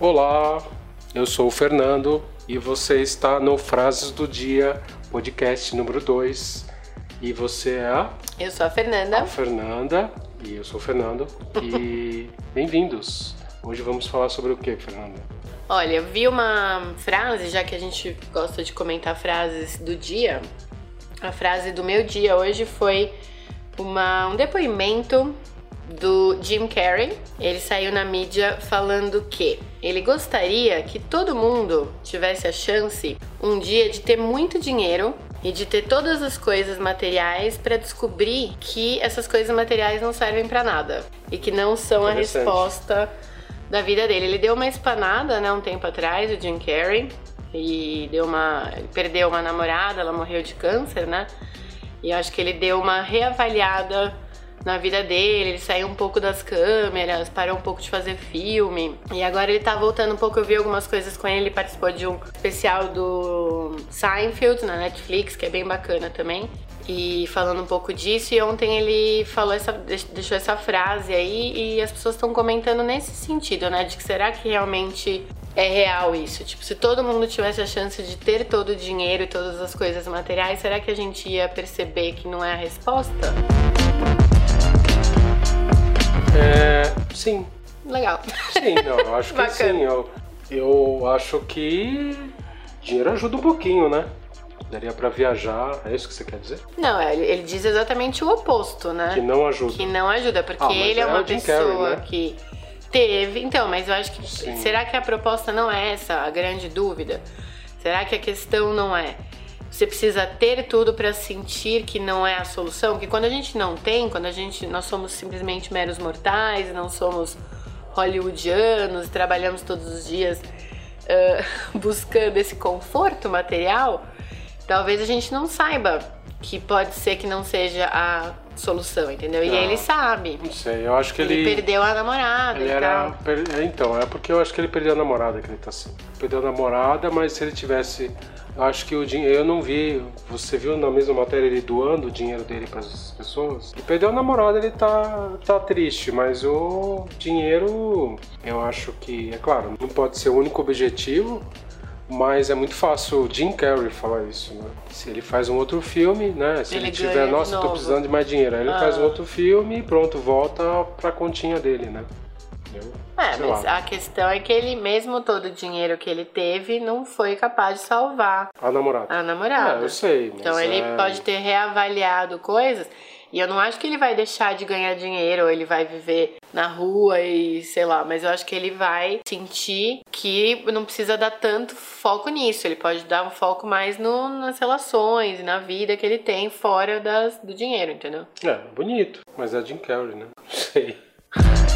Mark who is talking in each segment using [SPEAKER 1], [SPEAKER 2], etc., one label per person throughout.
[SPEAKER 1] Olá, eu sou o Fernando e você está no Frases do Dia, podcast número 2. E você é a
[SPEAKER 2] Eu sou a Fernanda.
[SPEAKER 1] Fernanda e eu sou o Fernando. E bem-vindos. Hoje vamos falar sobre o que, Fernanda?
[SPEAKER 2] Olha, eu vi uma frase, já que a gente gosta de comentar frases do dia. A frase do meu dia hoje foi uma- um depoimento do Jim Carrey. Ele saiu na mídia falando que ele gostaria que todo mundo tivesse a chance um dia de ter muito dinheiro e de ter todas as coisas materiais para descobrir que essas coisas materiais não servem para nada e que não são a
[SPEAKER 1] Interessante.
[SPEAKER 2] resposta da vida dele. Ele deu uma espanada, né, um tempo atrás, o Jim Carrey, e deu uma, ele perdeu uma namorada, ela morreu de câncer, né? E eu acho que ele deu uma reavaliada na vida dele, ele saiu um pouco das câmeras, parou um pouco de fazer filme. E agora ele tá voltando um pouco, eu vi algumas coisas com ele, ele participou de um especial do Seinfeld na Netflix, que é bem bacana também. E falando um pouco disso, e ontem ele falou essa, deix- deixou essa frase aí e as pessoas estão comentando nesse sentido, né? De que será que realmente é real isso? Tipo, se todo mundo tivesse a chance de ter todo o dinheiro e todas as coisas materiais, será que a gente ia perceber que não é a resposta?
[SPEAKER 1] É, sim,
[SPEAKER 2] Legal.
[SPEAKER 1] sim, não, eu acho que
[SPEAKER 2] Bacana.
[SPEAKER 1] sim. Eu, eu acho que dinheiro ajuda um pouquinho, né? Daria pra viajar, é isso que você quer dizer?
[SPEAKER 2] Não, é, ele, ele diz exatamente o oposto, né?
[SPEAKER 1] Que não ajuda.
[SPEAKER 2] Que não ajuda, porque
[SPEAKER 1] Ah, mas
[SPEAKER 2] ele é,
[SPEAKER 1] é
[SPEAKER 2] uma
[SPEAKER 1] o Jim
[SPEAKER 2] pessoa
[SPEAKER 1] Carrey, né?
[SPEAKER 2] que teve. Então, mas eu acho que.
[SPEAKER 1] Sim.
[SPEAKER 2] Será que a proposta não é essa a grande dúvida? Será que a questão não é? Você precisa ter tudo pra sentir que não é a solução? Porque quando a gente não tem, quando a gente. Nós somos simplesmente meros mortais, não somos hollywoodianos, trabalhamos todos os dias ah, buscando esse conforto material, talvez a gente não saiba que pode ser que não seja a solução, entendeu? E
[SPEAKER 1] Ah.
[SPEAKER 2] ele sabe.
[SPEAKER 1] Não sei, eu acho que
[SPEAKER 2] Ele,
[SPEAKER 1] ele.
[SPEAKER 2] perdeu a namorada
[SPEAKER 1] Ele
[SPEAKER 2] e
[SPEAKER 1] era.
[SPEAKER 2] tal.
[SPEAKER 1] per- é, Então, é porque eu acho que ele perdeu a namorada que ele tá assim. Perdeu a namorada, mas se ele tivesse. Eu acho que o dinheiro. Eu não vi. Você viu na mesma matéria ele doando o dinheiro dele para as pessoas? Ele perdeu a namorada, ele tá, tá triste, mas o dinheiro. Eu acho que. É claro, não pode ser o único objetivo. Mas é muito fácil o Jim Carrey falar isso, né? Se ele faz um outro filme, né? Se ele,
[SPEAKER 2] Ele ganha
[SPEAKER 1] tiver,
[SPEAKER 2] de
[SPEAKER 1] nossa, tô
[SPEAKER 2] novo."
[SPEAKER 1] precisando de mais dinheiro. Aí ele
[SPEAKER 2] Ah.
[SPEAKER 1] faz um outro filme e pronto, volta pra continha dele, né? Entendeu?
[SPEAKER 2] É,
[SPEAKER 1] Sei
[SPEAKER 2] mas
[SPEAKER 1] lá.
[SPEAKER 2] a questão é que ele, mesmo todo o dinheiro que ele teve, não foi capaz de salvar
[SPEAKER 1] A namorada.
[SPEAKER 2] a namorada.
[SPEAKER 1] É, eu sei. mas
[SPEAKER 2] Então ele
[SPEAKER 1] é-
[SPEAKER 2] pode ter reavaliado coisas. E eu não acho que ele vai deixar de ganhar dinheiro, ou ele vai viver na rua e sei lá, mas eu acho que ele vai sentir que não precisa dar tanto foco nisso. Ele pode dar um foco mais no, nas relações, na vida que ele tem fora das, do dinheiro, entendeu?
[SPEAKER 1] É, bonito. Mas é Jim Carrey, né? Não sei.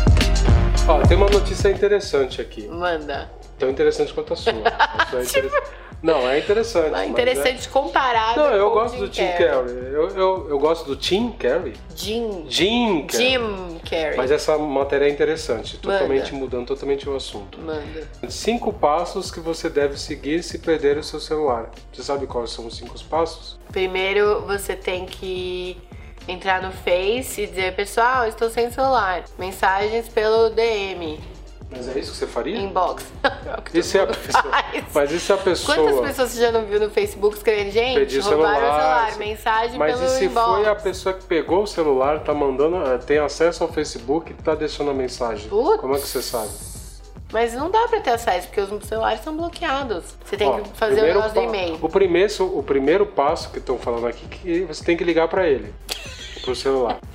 [SPEAKER 1] Ó, tem uma notícia interessante aqui.
[SPEAKER 2] Manda.
[SPEAKER 1] Tão interessante quanto a sua. Isso é interessa- Não, é interessante. mas
[SPEAKER 2] Tipo, É
[SPEAKER 1] é-
[SPEAKER 2] interessante comparado.
[SPEAKER 1] Não, eu
[SPEAKER 2] com o
[SPEAKER 1] gosto do Jim Carrey. Eu, eu, eu gosto do Tim Carrey.
[SPEAKER 2] Jim.
[SPEAKER 1] Jim Carrey.
[SPEAKER 2] Jim Carrey.
[SPEAKER 1] Mas essa matéria é interessante,
[SPEAKER 2] Manda.
[SPEAKER 1] totalmente mudando totalmente o assunto.
[SPEAKER 2] Manda.
[SPEAKER 1] Cinco passos que você deve seguir se perder o seu celular. Você sabe quais são os cinco passos?
[SPEAKER 2] Primeiro você tem que entrar no Face e dizer, pessoal, estou sem celular. Mensagens pelo DM,
[SPEAKER 1] Mas é isso que você faria?
[SPEAKER 2] inbox. É o que
[SPEAKER 1] E se a
[SPEAKER 2] todo mundo
[SPEAKER 1] pessoa-
[SPEAKER 2] faz.
[SPEAKER 1] Mas e se a
[SPEAKER 2] Quantas
[SPEAKER 1] pessoa
[SPEAKER 2] pessoas você já não viu no Facebook escrevendo, gente,
[SPEAKER 1] pedir o
[SPEAKER 2] roubaram
[SPEAKER 1] celular?
[SPEAKER 2] o celular,
[SPEAKER 1] se-
[SPEAKER 2] mensagem
[SPEAKER 1] Mas
[SPEAKER 2] pelo
[SPEAKER 1] e se
[SPEAKER 2] inbox.
[SPEAKER 1] foi a pessoa que pegou o celular, tá mandando, eh, tem acesso ao Facebook e tá deixando a mensagem?
[SPEAKER 2] Putz.
[SPEAKER 1] Como é que você sabe?
[SPEAKER 2] Mas não dá pra ter acesso, porque os celulares são bloqueados. Você tem
[SPEAKER 1] Ó,
[SPEAKER 2] que fazer o
[SPEAKER 1] primeiro
[SPEAKER 2] negócio do
[SPEAKER 1] pa-
[SPEAKER 2] e-mail.
[SPEAKER 1] O primeiro, o primeiro passo que estão falando aqui que você tem que ligar pra ele. Pro celular.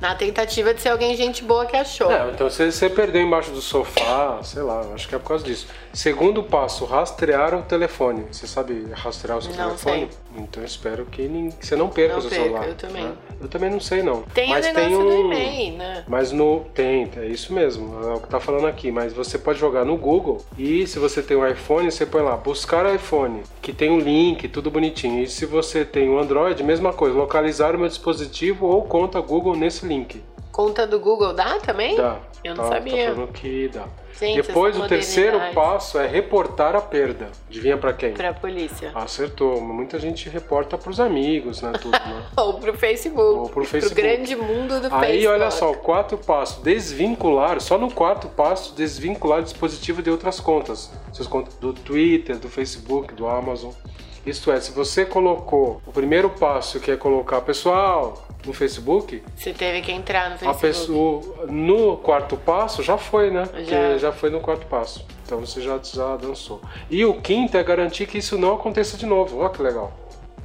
[SPEAKER 2] Na tentativa de ser alguém gente boa que achou.
[SPEAKER 1] É, então você, você perdeu embaixo do sofá, sei lá, acho que é por causa disso. Segundo passo, rastrear o telefone. Você sabe rastrear o seu
[SPEAKER 2] Não
[SPEAKER 1] telefone? Então eu espero que, nin- que você não perca
[SPEAKER 2] Não
[SPEAKER 1] o seu
[SPEAKER 2] perca,
[SPEAKER 1] celular.
[SPEAKER 2] eu também.
[SPEAKER 1] né? Eu também não sei, não.
[SPEAKER 2] Tem
[SPEAKER 1] Mas
[SPEAKER 2] o negócio
[SPEAKER 1] tem um...
[SPEAKER 2] do e-mail, né?
[SPEAKER 1] Mas no. Tem, é isso mesmo, é o que tá falando aqui. Mas você pode jogar no Google e se você tem um iPhone, você põe lá, buscar iPhone, que tem um link, tudo bonitinho. E se você tem um Android, mesma coisa, localizar o meu dispositivo ou conta Google nesse link.
[SPEAKER 2] Conta do Google dá também?
[SPEAKER 1] Dá.
[SPEAKER 2] Eu não
[SPEAKER 1] Tá-
[SPEAKER 2] sabia.
[SPEAKER 1] Tá falando que dá.
[SPEAKER 2] Gente,
[SPEAKER 1] Depois,
[SPEAKER 2] essa
[SPEAKER 1] o terceiro
[SPEAKER 2] modernidade.
[SPEAKER 1] passo é reportar a perda. Adivinha pra quem?
[SPEAKER 2] pra polícia.
[SPEAKER 1] Acertou. Muita gente reporta pros amigos, né? Tudo, né?
[SPEAKER 2] Ou pro Facebook.
[SPEAKER 1] Ou pro Facebook.
[SPEAKER 2] grande mundo do Facebook.
[SPEAKER 1] Aí, olha só, o quarto passo, desvincular, só no quarto passo, desvincular dispositivo de outras contas. Suas contas do Twitter, do Facebook, do Amazon. Isto é, se você colocou o primeiro passo, que é colocar pessoal no Facebook,
[SPEAKER 2] Você teve que entrar no
[SPEAKER 1] a
[SPEAKER 2] Facebook.
[SPEAKER 1] pessoa no quarto passo já foi, né? Porque
[SPEAKER 2] Já.
[SPEAKER 1] já foi no quarto passo. Então você já, já dançou. E o quinto é garantir que isso não aconteça de novo. Olha que legal.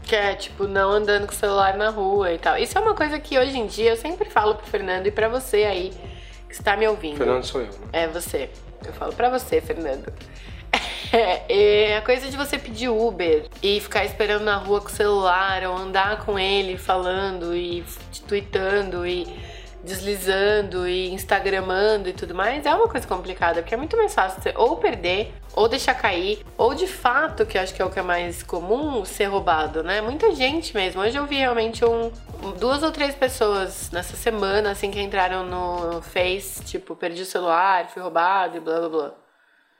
[SPEAKER 2] Que é, tipo, não andando com o celular na rua e tal. Isso é uma coisa que hoje em dia eu sempre falo pro Fernando e pra você aí que está me ouvindo.
[SPEAKER 1] Fernando sou eu, né?
[SPEAKER 2] É você. Eu falo pra você, Fernando. É, é a coisa de você pedir Uber e ficar esperando na rua com o celular ou andar com ele falando e f- tweetando e deslizando e instagramando e tudo mais é uma coisa complicada, porque é muito mais fácil você ou perder, ou deixar cair, ou de fato, que eu acho que é o que é mais comum, ser roubado, né? Muita gente mesmo. Hoje eu vi realmente um, duas ou três pessoas nessa semana, assim, que entraram no Face, tipo, perdi o celular, fui roubado e blá blá blá.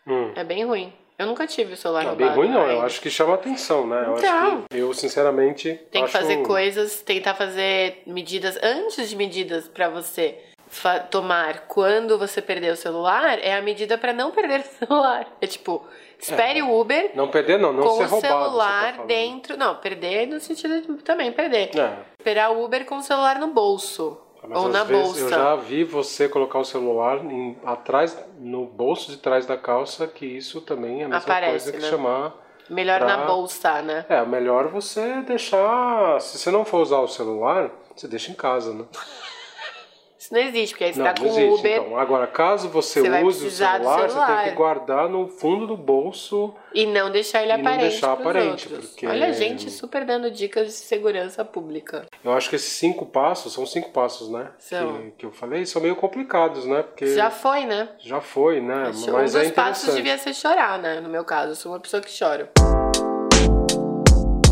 [SPEAKER 1] Hum.
[SPEAKER 2] É bem ruim. Eu nunca tive o celular
[SPEAKER 1] Não,
[SPEAKER 2] roubado.
[SPEAKER 1] bem ruim não, eu
[SPEAKER 2] mas
[SPEAKER 1] acho que chama atenção, né? Eu
[SPEAKER 2] Então.
[SPEAKER 1] acho que eu sinceramente
[SPEAKER 2] Tem que
[SPEAKER 1] acho-
[SPEAKER 2] fazer coisas, tentar fazer medidas antes de medidas pra você fa- tomar quando você perder o celular, é a medida pra não perder o celular. É tipo,
[SPEAKER 1] É.
[SPEAKER 2] espere o Uber
[SPEAKER 1] Não perder não, não
[SPEAKER 2] com
[SPEAKER 1] ser
[SPEAKER 2] o
[SPEAKER 1] roubado.
[SPEAKER 2] celular
[SPEAKER 1] você tá falando.
[SPEAKER 2] dentro, não, perder no sentido de também perder.
[SPEAKER 1] É.
[SPEAKER 2] Esperar o Uber com o celular no bolso
[SPEAKER 1] Ah, Mas
[SPEAKER 2] ou
[SPEAKER 1] às
[SPEAKER 2] na
[SPEAKER 1] vezes
[SPEAKER 2] bolsa.
[SPEAKER 1] Eu já vi você colocar o celular em- atrás, no bolso de trás da calça, que isso também é a mesma
[SPEAKER 2] Aparece,
[SPEAKER 1] coisa que
[SPEAKER 2] né?
[SPEAKER 1] chamar.
[SPEAKER 2] Melhor na
[SPEAKER 1] pra-
[SPEAKER 2] bolsa, né?
[SPEAKER 1] É, melhor você deixar. Se você não for usar o celular, você deixa em casa, né?
[SPEAKER 2] Isso não existe, porque aí você
[SPEAKER 1] não,
[SPEAKER 2] tá
[SPEAKER 1] não
[SPEAKER 2] com o
[SPEAKER 1] existe,
[SPEAKER 2] Uber
[SPEAKER 1] então. Agora, caso você,
[SPEAKER 2] você vai
[SPEAKER 1] use o
[SPEAKER 2] precisar do
[SPEAKER 1] celular, você tem
[SPEAKER 2] celular.
[SPEAKER 1] que guardar no fundo do bolso.
[SPEAKER 2] E não deixar
[SPEAKER 1] E
[SPEAKER 2] ele
[SPEAKER 1] não
[SPEAKER 2] aparente.
[SPEAKER 1] deixar
[SPEAKER 2] pros
[SPEAKER 1] aparente,
[SPEAKER 2] outros.
[SPEAKER 1] porque-
[SPEAKER 2] Olha, a gente super dando dicas de segurança pública.
[SPEAKER 1] Eu acho que esses cinco passos, são cinco passos, né?
[SPEAKER 2] São.
[SPEAKER 1] Que, que eu falei, são meio complicados, né? Porque
[SPEAKER 2] Já foi, né?
[SPEAKER 1] já foi, né?
[SPEAKER 2] Acho-
[SPEAKER 1] Mas
[SPEAKER 2] um
[SPEAKER 1] é
[SPEAKER 2] dos passos
[SPEAKER 1] interessante.
[SPEAKER 2] devia ser chorar, né? No meu caso, eu sou uma pessoa que choro.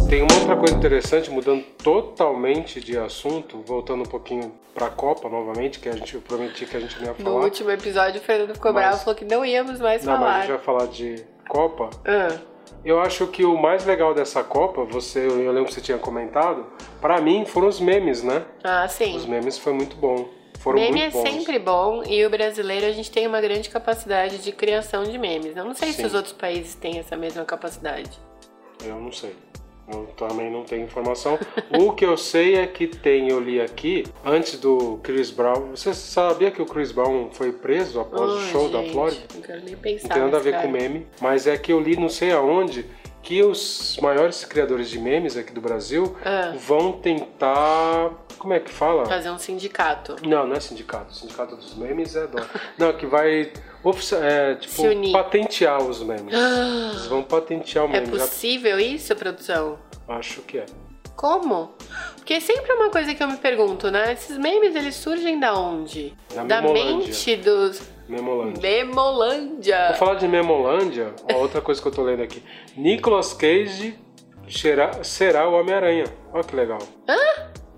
[SPEAKER 1] Tem uma outra coisa interessante, mudando totalmente de assunto, voltando um pouquinho pra Copa novamente, que a gente eu prometi que a gente não ia
[SPEAKER 2] No
[SPEAKER 1] falar.
[SPEAKER 2] último episódio, o Fernando ficou
[SPEAKER 1] Mas-
[SPEAKER 2] bravo e falou que não íamos mais
[SPEAKER 1] não, mas a
[SPEAKER 2] falar.
[SPEAKER 1] gente vai falar de Copa.
[SPEAKER 2] Ah,
[SPEAKER 1] Eu acho que o mais legal dessa Copa, você, eu lembro que você tinha comentado, pra mim foram os memes, né?
[SPEAKER 2] ah,
[SPEAKER 1] Os
[SPEAKER 2] sim.
[SPEAKER 1] memes foi muito bom. Foram
[SPEAKER 2] Meme é
[SPEAKER 1] muito bons.
[SPEAKER 2] sempre bom e o brasileiro a gente tem uma grande capacidade de criação de memes. Eu não sei se
[SPEAKER 1] Sim.
[SPEAKER 2] os outros países têm essa mesma capacidade.
[SPEAKER 1] Eu não sei. Eu também não tenho informação. o que eu sei é que tem, eu li aqui, antes do Chris Brown. Você sabia que o Chris Brown foi preso após o
[SPEAKER 2] Ai,
[SPEAKER 1] show da
[SPEAKER 2] gente,
[SPEAKER 1] Flórida?
[SPEAKER 2] Não quero nem pensar.
[SPEAKER 1] Não tem nada a
[SPEAKER 2] nesse
[SPEAKER 1] ver com
[SPEAKER 2] cara.
[SPEAKER 1] meme, mas é que eu li não sei aonde que os maiores criadores de memes aqui do Brasil
[SPEAKER 2] Ah.
[SPEAKER 1] vão tentar. Como é que fala?
[SPEAKER 2] Fazer um sindicato.
[SPEAKER 1] Não, não é sindicato. Sindicato dos memes é dó. Não, que vai ofici- é, tipo,
[SPEAKER 2] Se unir. Ah.
[SPEAKER 1] patentear os memes. Eles vão patentear o
[SPEAKER 2] É
[SPEAKER 1] meme. já-
[SPEAKER 2] possível isso, produção?
[SPEAKER 1] Acho que é.
[SPEAKER 2] Como? Porque sempre é uma coisa que eu me pergunto, né? Esses memes, eles surgem da onde?
[SPEAKER 1] Da Memolândia.
[SPEAKER 2] mente dos...
[SPEAKER 1] Memolândia.
[SPEAKER 2] Memolândia.
[SPEAKER 1] Vou falar de Memolândia, a outra coisa que eu tô lendo aqui. Nicolas Cage será, será o Homem-Aranha. Olha que legal.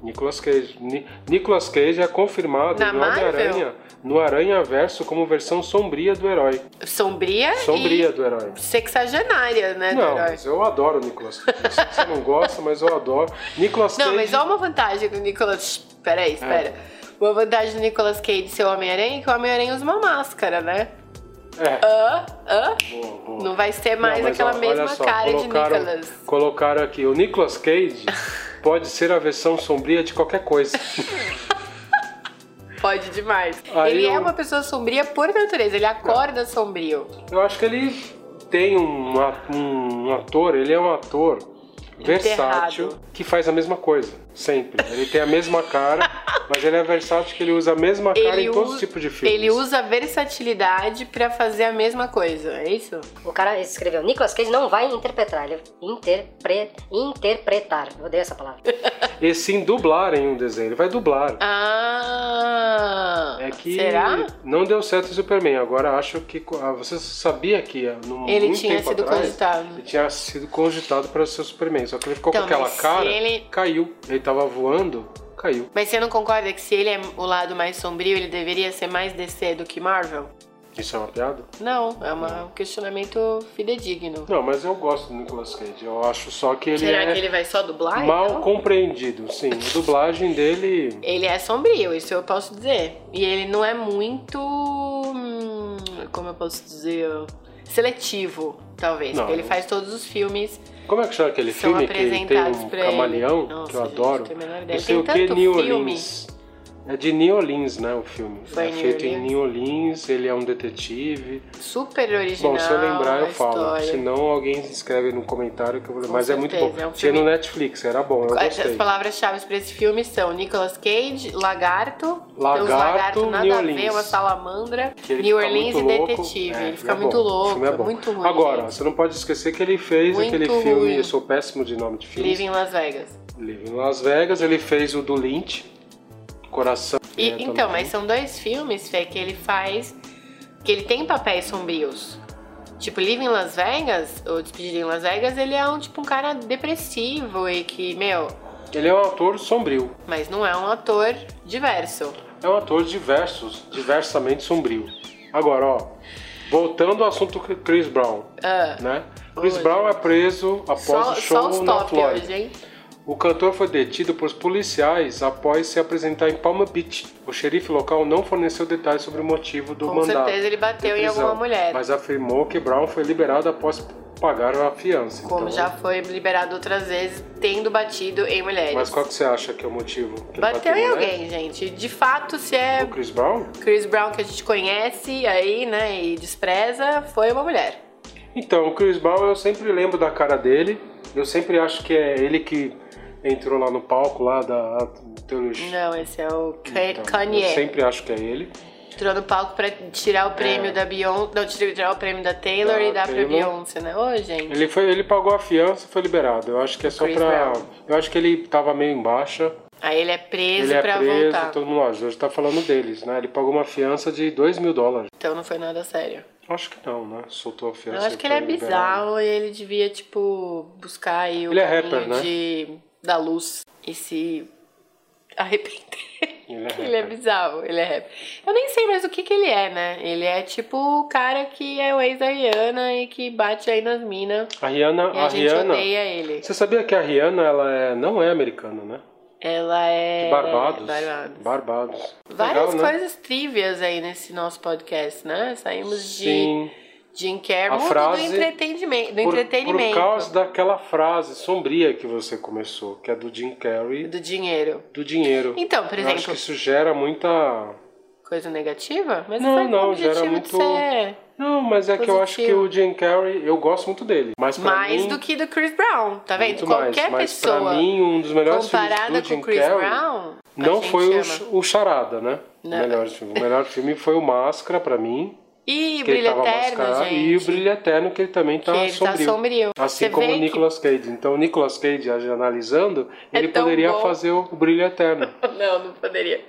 [SPEAKER 1] Nicolas Cage. Ni- Nicolas Cage é confirmado
[SPEAKER 2] Na
[SPEAKER 1] no Homem-Aranha,
[SPEAKER 2] Marvel?
[SPEAKER 1] no Aranha Verso como versão sombria do herói.
[SPEAKER 2] Sombria,
[SPEAKER 1] Sombria
[SPEAKER 2] É, e
[SPEAKER 1] do herói.
[SPEAKER 2] sexagenária, né? do
[SPEAKER 1] Não,
[SPEAKER 2] herói.
[SPEAKER 1] mas eu adoro o Nicolas Cage. Eu sei que Você não gosta, mas eu adoro. Nicolas
[SPEAKER 2] Não,
[SPEAKER 1] Cage.
[SPEAKER 2] mas olha uma vantagem do Nicolas...
[SPEAKER 1] É.
[SPEAKER 2] Peraí, espera. Uma vantagem do Nicolas Cage ser o Homem-Aranha é que o Homem-Aranha usa uma máscara, né?
[SPEAKER 1] É.
[SPEAKER 2] Hã? Hã?
[SPEAKER 1] Boa, boa.
[SPEAKER 2] Não vai ser mais
[SPEAKER 1] Não, mas
[SPEAKER 2] aquela
[SPEAKER 1] ó, olha
[SPEAKER 2] mesma
[SPEAKER 1] só,
[SPEAKER 2] cara de
[SPEAKER 1] colocaram-
[SPEAKER 2] Nicolas.
[SPEAKER 1] Colocaram aqui, o Nicolas Cage pode ser a versão sombria de qualquer coisa.
[SPEAKER 2] Pode demais.
[SPEAKER 1] Aí
[SPEAKER 2] ele
[SPEAKER 1] eu-
[SPEAKER 2] é uma pessoa sombria por natureza, ele acorda sombrio.
[SPEAKER 1] Eu acho que ele tem um, a- um ator, ele é um ator versátil que faz a mesma coisa, sempre. Ele tem a mesma cara, mas ele é versátil que ele usa a mesma cara em todos os
[SPEAKER 2] us-
[SPEAKER 1] tipos de filmes.
[SPEAKER 2] ele usa a versatilidade pra fazer a mesma coisa, é isso?
[SPEAKER 3] O cara escreveu, Nicolas Cage não vai interpretar, ele interpre, interpretar, eu odeio essa palavra.
[SPEAKER 1] E sim dublar em um desenho, ele vai dublar.
[SPEAKER 2] Ah!
[SPEAKER 1] É que
[SPEAKER 2] Será?
[SPEAKER 1] não deu certo o Superman. Agora acho que. co- ah, Você sabia que ah, num,
[SPEAKER 2] Ele
[SPEAKER 1] muito
[SPEAKER 2] tinha
[SPEAKER 1] tempo
[SPEAKER 2] sido
[SPEAKER 1] atrás,
[SPEAKER 2] cogitado.
[SPEAKER 1] Ele tinha sido cogitado para ser o Superman. Só que ele ficou
[SPEAKER 2] Então,
[SPEAKER 1] com aquela
[SPEAKER 2] mas se
[SPEAKER 1] cara,
[SPEAKER 2] ele-
[SPEAKER 1] caiu. Ele tava voando, caiu.
[SPEAKER 2] Mas você não concorda que se ele é o lado mais sombrio, ele deveria ser mais DC do que Marvel?
[SPEAKER 1] Isso é uma piada?
[SPEAKER 2] Não, é uma- um questionamento fidedigno.
[SPEAKER 1] Não, mas eu gosto do Nicolas Cage. Eu acho só que ele
[SPEAKER 2] Será
[SPEAKER 1] é
[SPEAKER 2] que ele vai só dublar?
[SPEAKER 1] mal
[SPEAKER 2] então?
[SPEAKER 1] compreendido. Sim, a dublagem dele.
[SPEAKER 2] Ele é sombrio, isso eu posso dizer. E ele não é muito. hum, Como eu posso dizer? Seletivo, talvez.
[SPEAKER 1] Não,
[SPEAKER 2] porque ele
[SPEAKER 1] não.
[SPEAKER 2] faz todos os filmes.
[SPEAKER 1] Como é que chama aquele
[SPEAKER 2] São
[SPEAKER 1] filme que tem
[SPEAKER 2] apresentados
[SPEAKER 1] um
[SPEAKER 2] pra ele.
[SPEAKER 1] camaleão
[SPEAKER 2] Nossa,
[SPEAKER 1] que eu
[SPEAKER 2] gente,
[SPEAKER 1] adoro?
[SPEAKER 2] não tenho a menor ideia.
[SPEAKER 1] Não sei
[SPEAKER 2] Tem
[SPEAKER 1] o que
[SPEAKER 2] tanto
[SPEAKER 1] New
[SPEAKER 2] filme.
[SPEAKER 1] Orleans. É de New Orleans, né? O filme.
[SPEAKER 2] Foi
[SPEAKER 1] é
[SPEAKER 2] em
[SPEAKER 1] feito
[SPEAKER 2] New
[SPEAKER 1] em New Orleans, ele é um detetive.
[SPEAKER 2] Super original.
[SPEAKER 1] Bom, se eu lembrar, eu
[SPEAKER 2] a
[SPEAKER 1] falo.
[SPEAKER 2] história.
[SPEAKER 1] Se não, alguém escreve no comentário que eu vou
[SPEAKER 2] Com
[SPEAKER 1] Mas é
[SPEAKER 2] certeza,
[SPEAKER 1] muito bom.
[SPEAKER 2] é um
[SPEAKER 1] Tinha
[SPEAKER 2] filme- é,
[SPEAKER 1] no Netflix, era bom, eu
[SPEAKER 2] As
[SPEAKER 1] gostei.
[SPEAKER 2] palavras-chave para esse filme são Nicolas Cage, Lagarto, tem uns
[SPEAKER 1] Lagarto,
[SPEAKER 2] lagartos nada
[SPEAKER 1] New
[SPEAKER 2] a ver,
[SPEAKER 1] Orleans.
[SPEAKER 2] uma salamandra,
[SPEAKER 1] Que ele
[SPEAKER 2] New
[SPEAKER 1] fica
[SPEAKER 2] Orleans e
[SPEAKER 1] muito louco.
[SPEAKER 2] Detetive.
[SPEAKER 1] É,
[SPEAKER 2] ele fica
[SPEAKER 1] é
[SPEAKER 2] muito
[SPEAKER 1] bom, o
[SPEAKER 2] louco,
[SPEAKER 1] filme
[SPEAKER 2] é,
[SPEAKER 1] é bom.
[SPEAKER 2] muito ruim.
[SPEAKER 1] Agora,
[SPEAKER 2] gente.
[SPEAKER 1] você não pode esquecer que ele fez
[SPEAKER 2] Muito
[SPEAKER 1] aquele filme,
[SPEAKER 2] ruim.
[SPEAKER 1] eu sou péssimo de nome de filme.
[SPEAKER 2] Live em Las Vegas.
[SPEAKER 1] Live em Las Vegas, ele fez o do Lynch, Coração.
[SPEAKER 2] E-
[SPEAKER 1] né,
[SPEAKER 2] então,
[SPEAKER 1] também.
[SPEAKER 2] mas são dois filmes, Fê, que ele faz. que ele tem papéis sombrios. Tipo, Live em Las Vegas, ou Despedida em Las Vegas, ele é um tipo um cara depressivo e que, meu,
[SPEAKER 1] Ele é um ator sombrio.
[SPEAKER 2] mas não é um ator diverso.
[SPEAKER 1] É um ator diversos, diversamente sombrio. Agora, ó, voltando ao assunto Chris Brown,
[SPEAKER 2] Ah,
[SPEAKER 1] né? Chris
[SPEAKER 2] Oi,
[SPEAKER 1] Brown é preso após
[SPEAKER 2] só,
[SPEAKER 1] o
[SPEAKER 2] só
[SPEAKER 1] show
[SPEAKER 2] os
[SPEAKER 1] na
[SPEAKER 2] top
[SPEAKER 1] Flórida.
[SPEAKER 2] hoje, hein?
[SPEAKER 1] O cantor foi detido por policiais após se apresentar em Palm Beach. O xerife local não forneceu detalhes sobre o motivo do
[SPEAKER 2] Com
[SPEAKER 1] mandado.
[SPEAKER 2] certeza ele bateu
[SPEAKER 1] de
[SPEAKER 2] em
[SPEAKER 1] prisão,
[SPEAKER 2] alguma mulher.
[SPEAKER 1] Mas afirmou que Brown foi liberado após pagar a fiança.
[SPEAKER 2] Como
[SPEAKER 1] Então,
[SPEAKER 2] já foi liberado outras vezes, tendo batido em mulheres.
[SPEAKER 1] Mas qual que você acha que é o motivo? Que ele
[SPEAKER 2] Bateu em
[SPEAKER 1] mulher?
[SPEAKER 2] alguém, gente. De fato, se é
[SPEAKER 1] O Chris Brown?
[SPEAKER 2] Chris Brown que a gente conhece aí, né, e despreza, foi uma mulher.
[SPEAKER 1] Então, o Chris Brown eu sempre lembro da cara dele. Eu sempre acho que é ele que entrou lá no palco lá da teologia.
[SPEAKER 2] Não, esse é o Ka-
[SPEAKER 1] Então,
[SPEAKER 2] Kanye.
[SPEAKER 1] Eu sempre acho que é ele.
[SPEAKER 2] Entrou no palco pra tirar o prêmio da Beyoncé. Não, tirar o prêmio da Taylor
[SPEAKER 1] Da
[SPEAKER 2] e dar pra
[SPEAKER 1] Taylor. É.
[SPEAKER 2] Beyoncé, né? Ô, gente.
[SPEAKER 1] Ele, foi, ele pagou a fiança e foi liberado. Eu acho que é só
[SPEAKER 2] Chris
[SPEAKER 1] pra.
[SPEAKER 2] Brown.
[SPEAKER 1] Eu acho que ele tava meio em baixa.
[SPEAKER 2] Aí ele é preso
[SPEAKER 1] ele é
[SPEAKER 2] pra
[SPEAKER 1] preso,
[SPEAKER 2] voltar.
[SPEAKER 1] todo mundo. ó, A gente tá falando deles, né? Ele pagou uma fiança de 2 mil dólares.
[SPEAKER 2] Então não foi nada sério.
[SPEAKER 1] Acho que não, né? Soltou a fiança.
[SPEAKER 2] Eu acho que
[SPEAKER 1] foi
[SPEAKER 2] ele é
[SPEAKER 1] liberado.
[SPEAKER 2] bizarro e ele devia, tipo, buscar aí o
[SPEAKER 1] Ele é
[SPEAKER 2] caminho
[SPEAKER 1] rapper, né?
[SPEAKER 2] de... da luz e se arrepender.
[SPEAKER 1] Ele é rapper.
[SPEAKER 2] Ele é bizarro, ele é rapper. Eu nem sei mais o que que ele é, né? Ele é tipo o cara que é o ex da Rihanna e que bate aí nas minas.
[SPEAKER 1] A Rihanna.
[SPEAKER 2] E
[SPEAKER 1] A,
[SPEAKER 2] a, gente
[SPEAKER 1] Rihanna.
[SPEAKER 2] odeia ele.
[SPEAKER 1] Você sabia que a Rihanna ela é- não é americana, né?
[SPEAKER 2] Ela é.
[SPEAKER 1] Barbados.
[SPEAKER 2] Barbados.
[SPEAKER 1] Barbados.
[SPEAKER 2] Várias
[SPEAKER 1] Legal, né?
[SPEAKER 2] coisas trivias aí nesse nosso podcast, né? Saímos de
[SPEAKER 1] Sim.
[SPEAKER 2] Jim Carrey,
[SPEAKER 1] A
[SPEAKER 2] mundo
[SPEAKER 1] frase-
[SPEAKER 2] do entretenimento. Do
[SPEAKER 1] Por, por
[SPEAKER 2] entretenimento
[SPEAKER 1] causa daquela frase sombria que você começou, que é do Jim Carrey,
[SPEAKER 2] do dinheiro.
[SPEAKER 1] do dinheiro.
[SPEAKER 2] Então, por
[SPEAKER 1] Eu acho que
[SPEAKER 2] exemplo,
[SPEAKER 1] isso gera muita.
[SPEAKER 2] coisa negativa? Mas
[SPEAKER 1] Não,
[SPEAKER 2] foi com o
[SPEAKER 1] não, gera
[SPEAKER 2] objetivo de
[SPEAKER 1] muito-
[SPEAKER 2] ser
[SPEAKER 1] Não, mas é que eu acho que
[SPEAKER 2] Positivo.
[SPEAKER 1] o Jim Carrey, eu gosto muito dele. Mas pra
[SPEAKER 2] mais
[SPEAKER 1] mim,
[SPEAKER 2] do que do Chris Brown, tá vendo?
[SPEAKER 1] muito
[SPEAKER 2] Qualquer
[SPEAKER 1] mais, mas
[SPEAKER 2] pessoa
[SPEAKER 1] Pra mim, um dos melhores
[SPEAKER 2] comparada
[SPEAKER 1] filmes do
[SPEAKER 2] com
[SPEAKER 1] Jim
[SPEAKER 2] o Chris
[SPEAKER 1] Carrey
[SPEAKER 2] Brown, a
[SPEAKER 1] não
[SPEAKER 2] gente
[SPEAKER 1] foi
[SPEAKER 2] ama.
[SPEAKER 1] o, Ch- o Charada, né?
[SPEAKER 2] Não.
[SPEAKER 1] O melhor filme. O melhor filme foi o Máscara, pra mim.
[SPEAKER 2] E
[SPEAKER 1] que ele
[SPEAKER 2] Brilho
[SPEAKER 1] tava
[SPEAKER 2] Eterno,
[SPEAKER 1] mascarado.
[SPEAKER 2] gente.
[SPEAKER 1] E o Brilho Eterno, que ele também tá
[SPEAKER 2] que ele
[SPEAKER 1] sombrio.
[SPEAKER 2] tá sombrio.
[SPEAKER 1] Assim
[SPEAKER 2] Você
[SPEAKER 1] como
[SPEAKER 2] vê
[SPEAKER 1] o
[SPEAKER 2] que-
[SPEAKER 1] Nicolas Cage. Então, o Nicolas Cage, a- analisando,
[SPEAKER 2] É
[SPEAKER 1] ele
[SPEAKER 2] tão
[SPEAKER 1] poderia
[SPEAKER 2] bom.
[SPEAKER 1] fazer o Brilho Eterno.
[SPEAKER 2] Não, não poderia.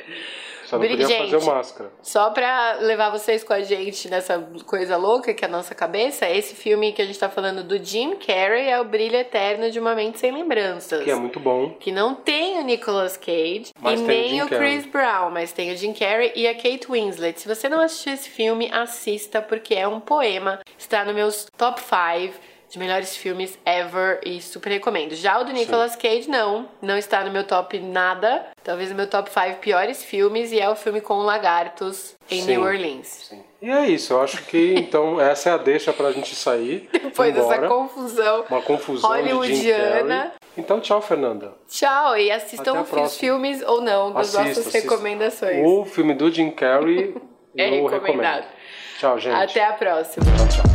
[SPEAKER 1] Só não
[SPEAKER 2] Brilho-
[SPEAKER 1] podia fazer o
[SPEAKER 2] Gente.
[SPEAKER 1] Máscara.
[SPEAKER 2] Só pra levar vocês com a gente nessa coisa louca que é a nossa cabeça, esse filme que a gente tá falando do Jim Carrey é o Brilho Eterno de uma Mente Sem Lembranças.
[SPEAKER 1] Que é muito bom.
[SPEAKER 2] Que não tem o Nicolas Cage
[SPEAKER 1] Mas tem
[SPEAKER 2] e
[SPEAKER 1] o
[SPEAKER 2] nem
[SPEAKER 1] Jim
[SPEAKER 2] o
[SPEAKER 1] Carrey.
[SPEAKER 2] Chris Brown, mas tem o Jim Carrey e a Kate Winslet. Se você não assistiu esse filme, assista, porque é um poema. Está nos meus top 5 de melhores filmes ever e super recomendo. Já o do Nicolas Cage, não. Não está no meu top nada. Talvez no meu top 5 piores filmes, e é o filme com lagartos em
[SPEAKER 1] Sim.
[SPEAKER 2] New Orleans.
[SPEAKER 1] Sim. E é isso, eu acho que então essa é a deixa pra gente sair.
[SPEAKER 2] Depois dessa
[SPEAKER 1] embora.
[SPEAKER 2] confusão
[SPEAKER 1] Uma confusão de Jim Carrey.
[SPEAKER 2] hollywoodiana.
[SPEAKER 1] Então, tchau, Fernanda.
[SPEAKER 2] Tchau, e
[SPEAKER 1] Até a
[SPEAKER 2] assistam os
[SPEAKER 1] próxima.
[SPEAKER 2] filmes ou não das
[SPEAKER 1] Assista,
[SPEAKER 2] nossas
[SPEAKER 1] assista.
[SPEAKER 2] recomendações.
[SPEAKER 1] O filme do Jim Carrey
[SPEAKER 2] É
[SPEAKER 1] eu
[SPEAKER 2] recomendado.
[SPEAKER 1] recomendo. Tchau, gente.
[SPEAKER 2] Até a próxima.
[SPEAKER 1] Tchau, tchau.